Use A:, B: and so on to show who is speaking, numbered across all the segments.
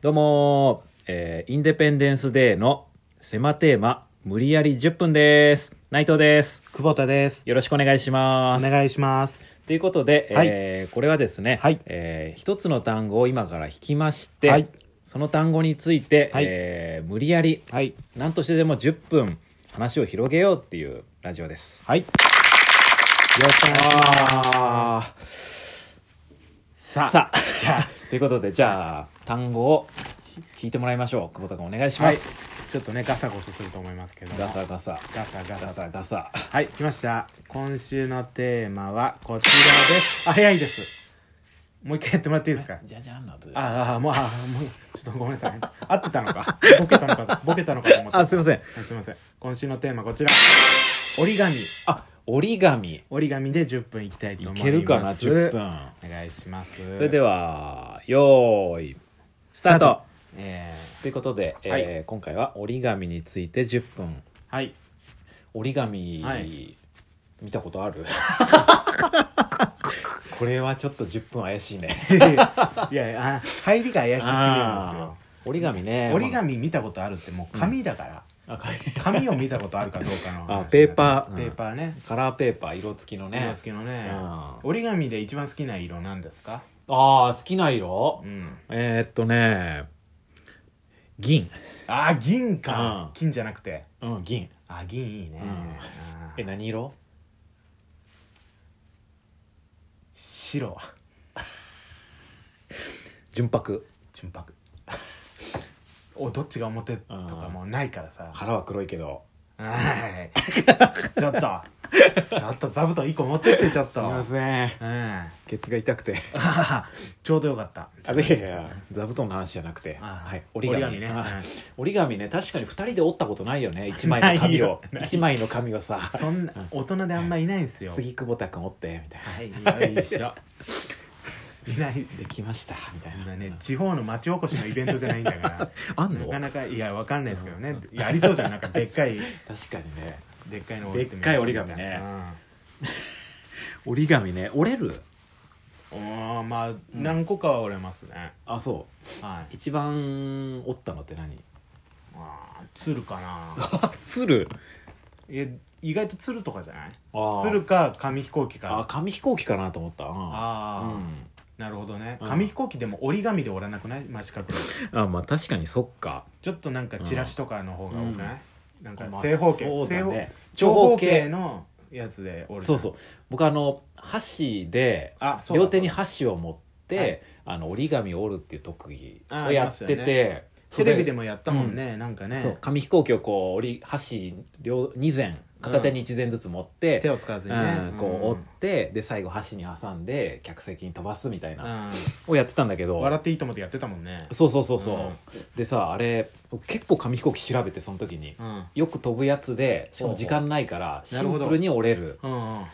A: どうもー、えーインデペンデンスデーの狭テーマ、無理やり10分です。内藤です。
B: 久保田です。
A: よろしくお願いしま
B: お
A: す。
B: 願いします。
A: ということで、えーこれはですね、
B: はい
A: えー一つの単語を今から引きまして、
B: はい
A: その単語について、
B: はい
A: えー無理やり
B: はい。
A: 何としてでも10分話を広げようっていうラジオです。
B: はい。よろしくお願いします。さあ、
A: さあ、
B: じゃ
A: ということで、じゃあ、単語を聞いてもらいましょう。久保田君お願いし
B: あ、は
A: ま
B: い
A: す。。
B: ちょっとね、ガサゴソすると思いますけども。
A: ガサガサ、
B: ガサガ
A: ガ
B: サ。
A: サガサ。
B: はい、来ました。今週のテーマはこちらです。あ、早いです。もう一回やってもらっていいですか
A: じゃじゃんの後で。
B: ああ、もう、ああ、もう、ちょっとごめんなさ い。合ってたのか。ボケたのか、ボケたのかと思って。
A: あすいません
B: はい。すいません。今週のテーマこちら。折り紙。
A: あ、折り紙。
B: 折り紙で10分いきたい
A: い
B: と思いま
A: け
B: す
A: るかな、10分。
B: お願いします
A: それで
B: は
A: は、よーい、スタート
B: え
A: ということで、えー
B: はい
A: 今回は折り紙について10分。
B: ー、 はい
A: 折り紙、
B: はい
A: 見たことあ るこれはちょっと10分怪しいね。
B: いやいやあ入りが怪しすぎるんですよ
A: 折り紙ね。
B: 折り紙見たことあるってもう紙だから、
A: あか
B: 紙を見たことあるかどう かの話
A: あペーパー
B: ペーパーね、
A: カラーペーパー、色付きのね。
B: 色付きのね、
A: う
B: 折り紙で一番好きな色なんですか
A: ああ、好きな色、
B: うん
A: えー、っとね、銀。
B: あー銀
A: う
B: か、
A: ん
B: 金じゃなくて
A: うん、銀。
B: あー銀いいね、
A: うん
B: あー
A: え、何色
B: 白
A: 純白。
B: 純 白おどっちが表とかもうないからさ、
A: 腹は黒いけど。
B: はい。ちょっと。ちょっと座布団一個持ってって、ちょっと。うん。
A: せん。ケツが痛くて。
B: ちょうどよかった。
A: あ、いやいや、座布団の話じゃなくて。
B: あ
A: はい、折り紙
B: 折り紙ね
A: あ
B: うん
A: 折り紙ね、確かに二人で折ったことないよ ね。一枚の紙を
B: ないよ。ない
A: 一枚の紙を さ。
B: そんな、大人であんまいないんすよ。
A: 次、久保田君折って、みたいな。
B: はい、よいしょ。いない。
A: できました、みたい
B: みん
A: な。
B: なね、地方の町おこしのイベントじゃないんだ から。
A: あん
B: な
A: の
B: かなか、いや、わかんないですけどね。いやありそうじゃん。なんか、でっかい、
A: 確かにね。
B: でっかいのってみ
A: でっ
B: ましょう
A: かい折り紙ね折り紙ね、折れる
B: うん。おーまあ、何個かは折れますね。
A: あ、そう。
B: はい。
A: 一番折ったのって何
B: あー鶴かな。
A: あ、 鶴。
B: え、意外と鶴とかじゃない
A: あ
B: 鶴
A: 鶴。
B: か紙飛行機
A: あ、
B: か
A: 紙飛行機かなと思った。ああ。う
B: ああ、
A: ん。
B: なるほどね
A: うん
B: 紙飛行機でも折り紙で折らなくない真 四角で
A: あ、まあ確かにそっか。
B: ちょっとなんかチラシとかの方が多くない、なんか
A: まあ
B: 正方形、
A: そう
B: 正
A: だ
B: 方
A: ね。
B: 長方形のやつで折る
A: そうそう僕あの箸で
B: あそうだ
A: 両手に箸を持って、
B: はい
A: あの折り紙を折るっていう特技
B: あ
A: をやってて、
B: ありますよそうだテレビでもやったもんね、なんか
A: そ
B: ね
A: う紙飛行機をこう折り箸両2膳片手に1膳ずつ持って、う
B: 手
A: ん
B: を使わずにね、
A: こう折って、で最後箸に挟んで客席に飛ばすみたい
B: うん
A: な、をやってたんだけ
B: うん笑
A: ど
B: っていいと思ってやってたもんね
A: そうそうそうそう、
B: うん
A: でさあれ結構紙飛行機調べてその時に
B: う、ん
A: よく飛ぶやつでしかも時間ないからシ
B: ほうほう
A: ンプルに折れる
B: うんうん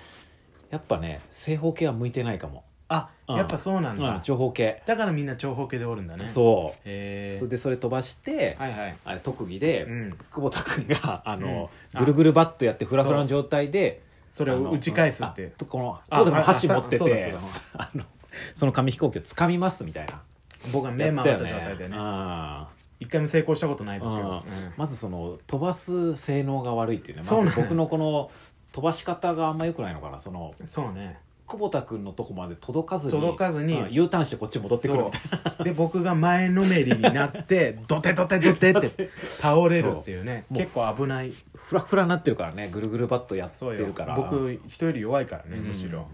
A: やっぱね正方形は向いてないかも、
B: あ
A: うん
B: やっぱそうなんだ、
A: うん、長方形
B: だからみんな長方形で折るんだねう
A: そ
B: へ
A: うそれ
B: え
A: でそれ飛ばして、
B: はいはい
A: あれ特技で、
B: うん
A: 久保田君があの、
B: うんあ
A: ぐるぐるバットやってフラフラの状態で
B: それ
A: あの
B: を打ち返すっていう
A: あこの
B: あ
A: 久保田君箸持って
B: あそうだそ
A: て
B: うだ
A: あのその紙飛行機を掴みますみたいな
B: 僕は目回った状態でね
A: あ
B: 一回も成功したことないですけど、
A: あ
B: うん
A: まずその飛ばす性能が悪いっていうね
B: そう
A: ま
B: なん
A: ず僕のこの飛ばし方があんま良くないのかなその
B: そうね
A: 久保田君のとこまで届かずに
B: 届かずに
A: うん U ターンしてこっち戻ってくるみたいな
B: そうで僕が前のめりにな ってドテドテドテって倒れるっていうね
A: そう
B: 結構危ない
A: フラフラになってるからねぐるぐるバットやって
B: そう
A: る
B: よ
A: から
B: 僕人より弱いからね
A: うん
B: むしろ、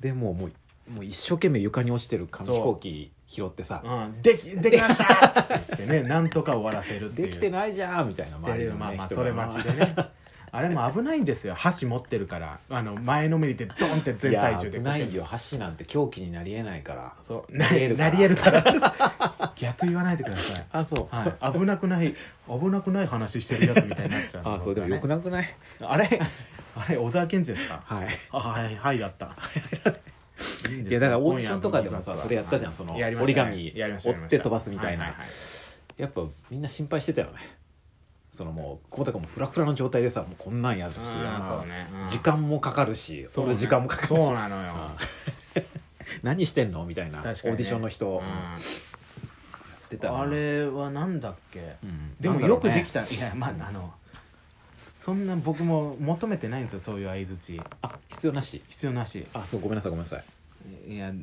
A: でもうもうもう一生懸命床に落ちてる紙飛行機拾ってさ
B: うん、できできましたっつって 言ってねなんとか終わらせるっていう
A: できてないじゃんみたいな
B: って
A: 周
B: い
A: り
B: う
A: のね
B: まあまあ
A: 人
B: そ
A: が
B: れ待ちでねあれも危ないんですよ箸持ってるからあの前のめりでドンって全
A: いや
B: 体重で
A: 危ないよ箸なんて狂気になりえないから
B: そう
A: な
B: な
A: りえるから
B: りえるから 逆言わないでください
A: あそう
B: はい、 危なくない危なくない話してるやつみたいになっちゃう
A: あそうでもよく
B: な
A: なくない
B: あれあれ小沢健二ですか
A: はい
B: あはいはいだったいいんですよ
A: いやだからオーディションとかでもさそれやったじゃんその
B: やりま
A: 折
B: し
A: り
B: たね
A: 紙
B: やりました
A: 折って飛ばすみたい
B: は
A: な
B: ははい
A: やっぱみんな心配してたよねそのもうこうたかもフラフラの状態でさもうこんなんやるし
B: うんそうねうん
A: 時間もかかるし
B: そ
A: 折
B: う
A: る
B: ね
A: 時間もかかるし
B: そうなのよ
A: 何してんのみたいな、オ
B: 確かにね
A: ーディションの人、
B: うん
A: やっってたな
B: あれはなんだっけ
A: うん
B: でも
A: なんだ
B: よ
A: ろう
B: く
A: ね
B: できた、いやまああのそんな僕も求めてないんですよそういう相づち
A: あ必要なし
B: 必要なし
A: あそうごめんなさいごめんなさい
B: いやあの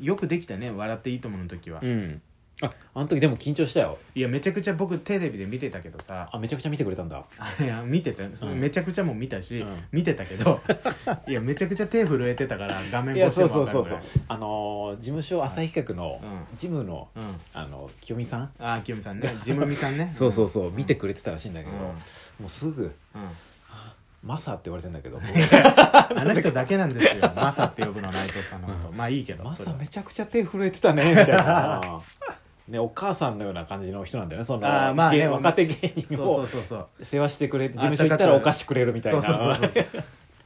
B: よくできたね「笑っていいとも」の時は、
A: うんああの時でも緊張したよ
B: いやめちゃくちゃ僕テレビで見てたけどさ
A: あめちゃくちゃ見てくれたんだ
B: いや見てたよ、その
A: うん
B: めちゃくちゃも見たし、
A: うん
B: 見てた けどいやめちゃくちゃ手震えてたから画面
A: い
B: 越
A: や
B: しで
A: そう
B: も
A: そう
B: 分か
A: そ
B: る
A: う
B: ぐ
A: そ
B: ら
A: う
B: い
A: あのー事務所朝日企画の
B: う
A: ジムの
B: ん、うん、
A: あの清美さん
B: ああ清美さんね ジムミさんね
A: そうそうそう、
B: ん
A: 見てくれてたらしいんだけ
B: う
A: ど、
B: ん
A: もうすぐ
B: うん
A: 「マサ」って言われてんだ けど
B: あの人だけなんですよマサって呼ぶの内藤さんのこと、まあいいけ
A: 「
B: ど
A: マサ
B: それは
A: めちゃくちゃ手震えてたね」みたい な。ね、お母さんのような感じの人なんだよねその
B: あーまあね
A: 芸若手芸人
B: そうそ
A: を
B: うそうそう
A: 世話してくれて事
B: あ
A: 務
B: ったかく
A: 所行ったらお菓子くれるみたい
B: そう
A: な
B: そうそうそ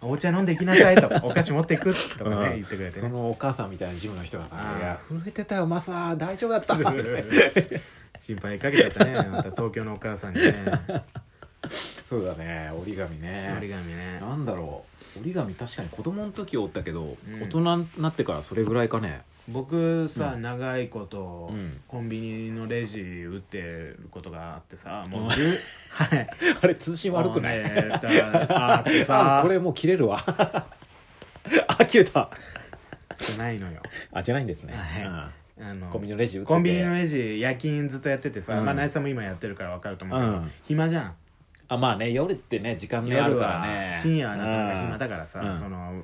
B: うお茶飲んでいきなさいとお菓子持っていくとかね、
A: うん
B: 言ってくれて
A: そ
B: ね
A: のお母さんみたいなジムの人がさ
B: あ
A: 「
B: ー
A: いや震えてたよマサ大丈夫だ った」みたいな
B: 心配かけちゃったねまた東京のお母さんにね
A: そうだね折り紙ね
B: 折り紙ね
A: なんだろう折り紙確かに子供の時折ったけど、
B: うん
A: 大人になってからそれぐらいか ね
B: 僕さ、
A: う
B: 長いこと、
A: うん
B: コンビニのレジ打ってることがあってさ
A: う
B: も
A: ん
B: うじ ゅはい
A: あれ通信悪くない、
B: もうねだからあってさ
A: あこれもう切れるわあ切れた
B: ないのよ
A: あじゃないんですね、
B: はい
A: うん
B: あの
A: コンビニのレジ打ってて
B: コンビニのレジ夜勤ずっとやっててさ、
A: うん
B: まあナイツさんも今やってるから分かると思うけど、
A: うん
B: 暇じゃん
A: あまあね夜ってね時間ねあ
B: 夜
A: るか
B: は
A: らね
B: 深夜はなかなか暇だ
A: か
B: からさ、
A: うん
B: その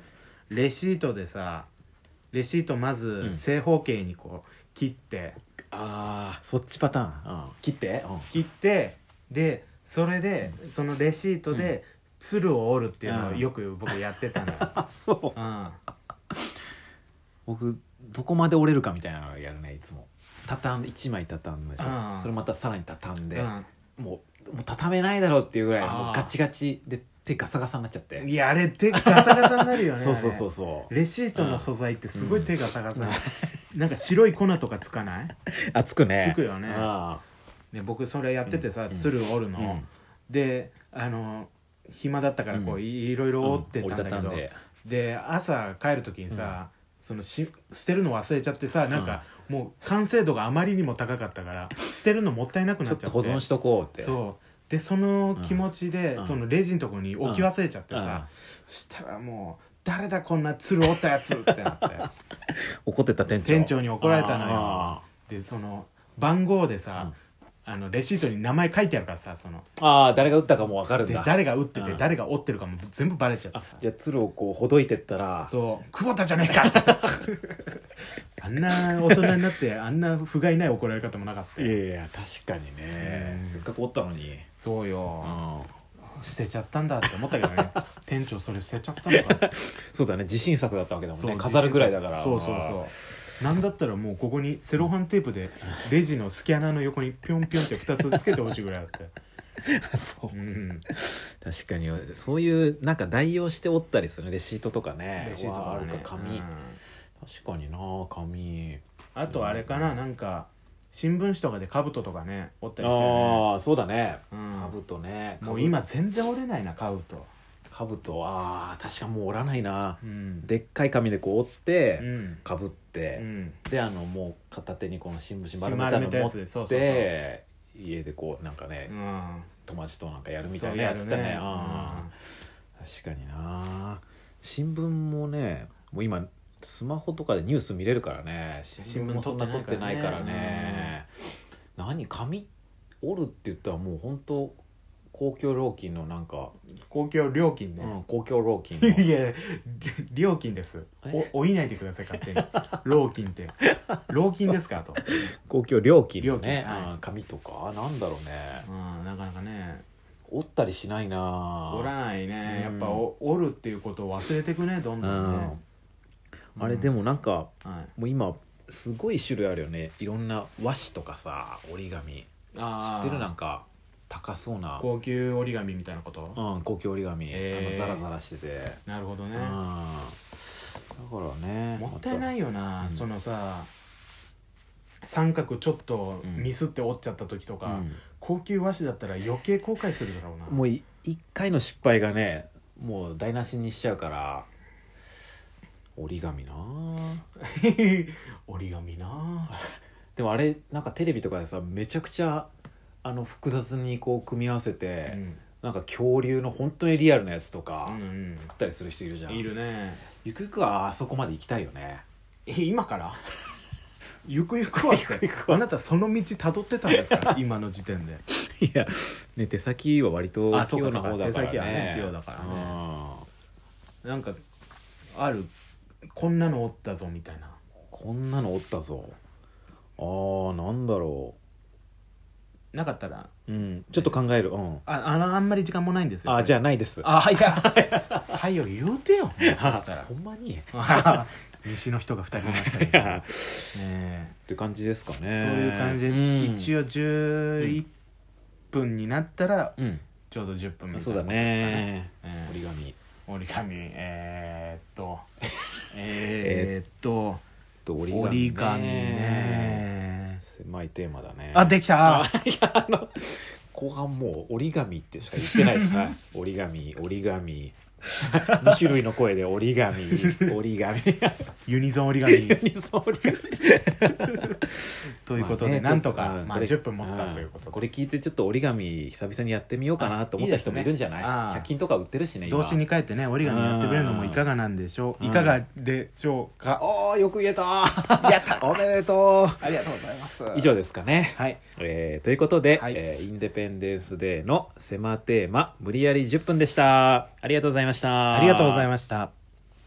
B: レシートでさレシートまず
A: ん
B: 正方形にこう切って、
A: ら、あーそっちパターン、うん、切って、うん
B: 切ってでそれでそのレシートで鶴を折るっていうのをよく僕やってたのよ、
A: あそう
B: うん、
A: 僕どこまで折れるかみたいなのをやるねいつも畳んで1枚畳むでしょ、
B: うん
A: それまたさらに畳んで、
B: うん
A: もうもう畳めないだろうっていうぐらい
B: あー
A: もうガチガチで手ガサガサになっちゃって、
B: いやあれ手ガサガサになるよ ね
A: そうそうそう
B: あ
A: そう
B: れレシートの素材ってすごい手ガサガサ、なんか白い粉とかつかない
A: あつくね
B: つくよね
A: あ
B: ね僕それやっててさ、
A: うん
B: 鶴折
A: ー
B: るの、
A: うん
B: であの暇だったからこう、
A: うん
B: いいろいろ折ってたんだけ
A: 折り
B: ど、
A: 畳んで
B: で朝帰る時にさ、そのし捨てるの忘れちゃってさなんか、もう完成度があまりにも高かっ たから捨てるのもったいなく
A: ち
B: な
A: ょ
B: っ
A: っ
B: ちゃ
A: と
B: って
A: 保存しとこうって
B: そうでその気持ちで、
A: うん
B: そのレジのとこに置き忘れちゃってさ、そしたらもう「誰だこんな鶴折ったやつ!」ってなって
A: 怒ってた店長
B: 店長に怒られたのよ
A: あ
B: でその番号でさ、あのレシートに名前書いてあるからさその
A: ーあー誰が打ったかも分かるん
B: で
A: だ
B: 誰が打ってて
A: うん
B: 誰が折ってるかも全部バレちゃって
A: あ
B: さ
A: じゃあ鶴をこうほどいてったら
B: そう久保田じゃねえかって あんな大人になってあんな不甲斐ない怒られ方もなかった
A: いや
B: よ
A: いや確かにね
B: うん
A: せっかくおったのに
B: そうよ
A: あ
B: 捨てちゃったんだって思ったけ どね店長それ捨てちゃったのかな
A: ーそうだね自信作だったわけだもん
B: そ
A: ね
B: う
A: 飾るぐらいだから
B: そうそうそうなんだったらもうここにセロハンテープでレジのスキャナーの横にピョンピョンって2つつけてほしいぐらい だって
A: あー そう
B: うん
A: 確かにそういうなんか代用しておったりするねレシートとかね
B: レシートと
A: わ
B: か
A: あ
B: ね
A: るか紙、
B: うん
A: 確かにな紙
B: あとあれかななんか新聞紙とかで兜とかね折ったりしてね
A: ああそうだね
B: うん
A: かぶとね
B: もう今全然折れないな兜
A: かぶとああ確かもう折らないな
B: うん
A: でっかい紙でこう折って、
B: うん
A: かぶって、
B: うん
A: であのもう片手にこの新聞紙
B: 丸
A: 丸め
B: めた
A: たの
B: や
A: 持
B: つ
A: っ
B: でそうそうそう
A: て家でこうなんかね、
B: うん
A: 友達となんかやるみた
B: そ
A: いうな
B: や
A: や
B: る
A: つだ
B: ね
A: ねあー確かにな新聞もねもう今スマホとかでニュース見れるからね新聞もそんな撮ってないからね何紙折るって言ったらもう本当公共料金のなんか、
B: 公共料金
A: う
B: ね
A: ん、公共料金
B: い
A: の
B: や料金です
A: え
B: お追いないでください勝手に老金って老金ですかと
A: 公共料金のね
B: 料金はい
A: うん紙とかなんだろうね
B: うんなかなかね
A: 折ったりしないな
B: 折らないねや
A: う
B: っ
A: ん
B: ぱお折るっていうことを忘れてくねどんどんね
A: うん、あれでもなんか
B: はい
A: もう今すごい種類あるよねいろんな和紙とかさ折り紙知
B: あー
A: ってるなんか高そうな、
B: 高級折り紙みたいなこと
A: うん、高級折り紙、
B: えー
A: あのザラザラしてて、
B: なるほど
A: う
B: ね
A: んだからね
B: もったいないよな、
A: うん
B: そのさ三角ちょっと
A: うん
B: ミスって折っちゃった時とか、
A: うん
B: 高級和紙だったら余計後悔するだろうな
A: もうい一回の失敗がねもう台無しにしちゃうから折り紙な
B: 折り紙な
A: でもあれなんかテレビとかでさめちゃくちゃあの複雑にこう組み合わせて、なんか恐竜の本当にリアルなやつとか
B: うんうん
A: 作ったりする人いるじゃん、
B: いるね
A: ゆくゆくはあそこまで行きたいよね
B: え今から ゆくゆくはっ
A: ゆく
B: て
A: ゆくは
B: あなたその道辿ってたんで すか今の時点で
A: いや、ね、手先は割と
B: あ
A: 器用な
B: そ
A: 方
B: うか
A: だ
B: そうか
A: から
B: 手先はね
A: ね
B: 器用だからねなんかあるこんなのおったぞみたい
A: う
B: な
A: んこんなのおったぞあーなんだろ
B: なかったら
A: ううんちょっと考えるうん
B: ああのあんまり時間もないんですよ
A: あじゃあ
B: あ
A: ないです
B: あいやはいよ言うてよもうそし たら
A: ほんまにい
B: 西の人が2人いましたけど
A: や
B: ねえ
A: って感じですかね
B: という感じで、一
A: 応
B: 応11分になったら
A: うん
B: ちょうど10分みたいなことです
A: そう
B: か
A: だね
B: ええ
A: 折り紙
B: 折り紙えー、っ とえーっと
A: と折
B: 折り紙ね
A: 狭いテーマだね
B: あできた
A: 後半もう折り紙ってしか言ってないです ね折り紙折り紙 2種類の声で折り紙折り 紙
B: ユニゾン折 り紙
A: 何その折り紙
B: ということ
A: まあね
B: でなんと
A: ちょ
B: か
A: っ
B: まあ
A: これ
B: 10分持ったというこ
A: ん
B: と
A: こ
B: で
A: れ聞いてちょっと折り紙久々にやってみようかなと思った人もいるんじゃない
B: あいいですねあー
A: 100均とか売ってるしね今
B: 動詞に書いてね折り紙やってくれるのもいかがなんでしょう
A: うん
B: いかがでしょうか
A: あーよく言えた やったおめでと
B: ありがとうございます
A: う以上ですかね
B: はい
A: えーということで、
B: はい
A: えーインデペンデンスデーの狭テーマ、無理やり10分でした。ありがとうございました。
B: ありがとうござい
A: ま
B: ました